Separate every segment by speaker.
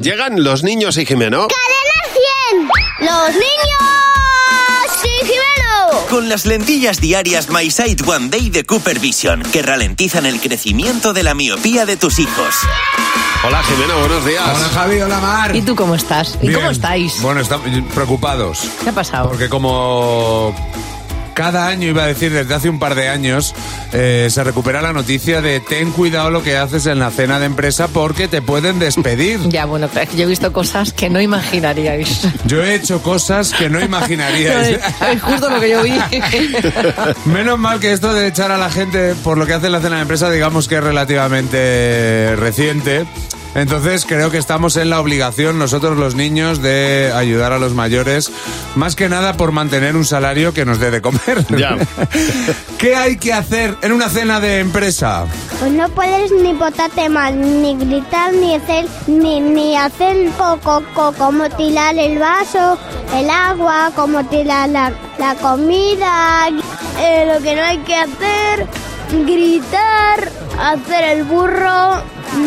Speaker 1: Llegan los niños y Jimeno.
Speaker 2: ¡Cadena 100! ¡Los niños! ¡Sí, Jimeno!
Speaker 3: Con las lentillas diarias My Sight One Day de Cooper Vision, que ralentizan el crecimiento de la miopía de tus hijos.
Speaker 1: Hola Jimeno, buenos días.
Speaker 4: Hola Javi, hola Mar.
Speaker 5: ¿Y tú cómo estás? ¿Y
Speaker 4: Bien.
Speaker 5: cómo estáis?
Speaker 4: Bueno, estamos preocupados.
Speaker 5: ¿Qué ha pasado?
Speaker 4: Porque como cada año, iba a decir, desde hace un par de años, eh, se recupera la noticia de ten cuidado lo que haces en la cena de empresa porque te pueden despedir.
Speaker 5: Ya, bueno, pero es que yo he visto cosas que no imaginaríais.
Speaker 4: Yo he hecho cosas que no imaginaríais.
Speaker 5: es justo lo que yo vi.
Speaker 4: Menos mal que esto de echar a la gente por lo que hace la cena de empresa, digamos que es relativamente reciente. Entonces creo que estamos en la obligación nosotros los niños de ayudar a los mayores, más que nada por mantener un salario que nos dé de comer.
Speaker 1: Ya.
Speaker 4: ¿Qué hay que hacer en una cena de empresa?
Speaker 2: Pues no puedes ni botarte mal, ni gritar, ni hacer, ni, ni hacer poco, co- como tirar el vaso, el agua, como tirar la, la comida. Eh, lo que no hay que hacer, gritar, hacer el burro,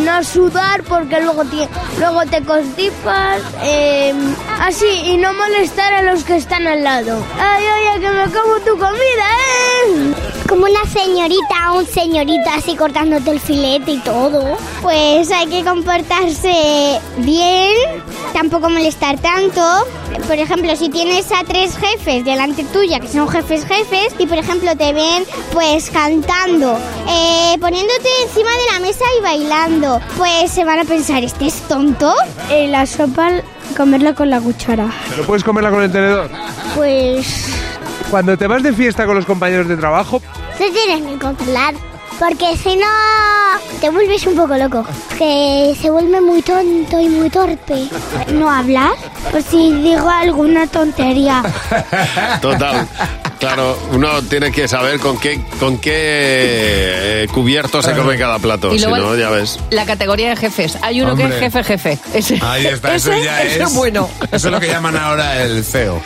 Speaker 2: no sudar porque luego, ti- luego te constipas. eh, así, y no molestar a los que están al lado. Ay, oye, que me como tu comida, ¿eh? Como una señorita o un señorito así cortándote el filete y todo. Pues hay que comportarse bien, tampoco molestar tanto. Por ejemplo, si tienes a tres jefes delante tuya, que son jefes jefes, y por ejemplo te ven pues cantando, eh, poniéndote encima de la mesa y bailando, pues se van a pensar, ¿este es tonto? Eh, la sopa, comerla con la cuchara.
Speaker 6: ¿No puedes comerla con el tenedor?
Speaker 2: Pues
Speaker 6: Cuando te vas de fiesta con los compañeros de trabajo,
Speaker 2: Te tienes que controlar, porque si no te vuelves un poco loco. Que se vuelve muy tonto y muy torpe. No hablar, por si digo alguna tontería.
Speaker 1: Total. Claro, uno tiene que saber con qué con qué eh, cubierto se come cada plato, Pues si no ya ves.
Speaker 5: la categoría de jefes. Hay uno que es
Speaker 4: Hombre.
Speaker 5: jefe jefe. Ese,
Speaker 4: Ahí está,
Speaker 5: ese,
Speaker 4: eso ya
Speaker 5: ese
Speaker 4: es.
Speaker 5: bueno.
Speaker 4: E Eso es lo que llaman ahora el CEO.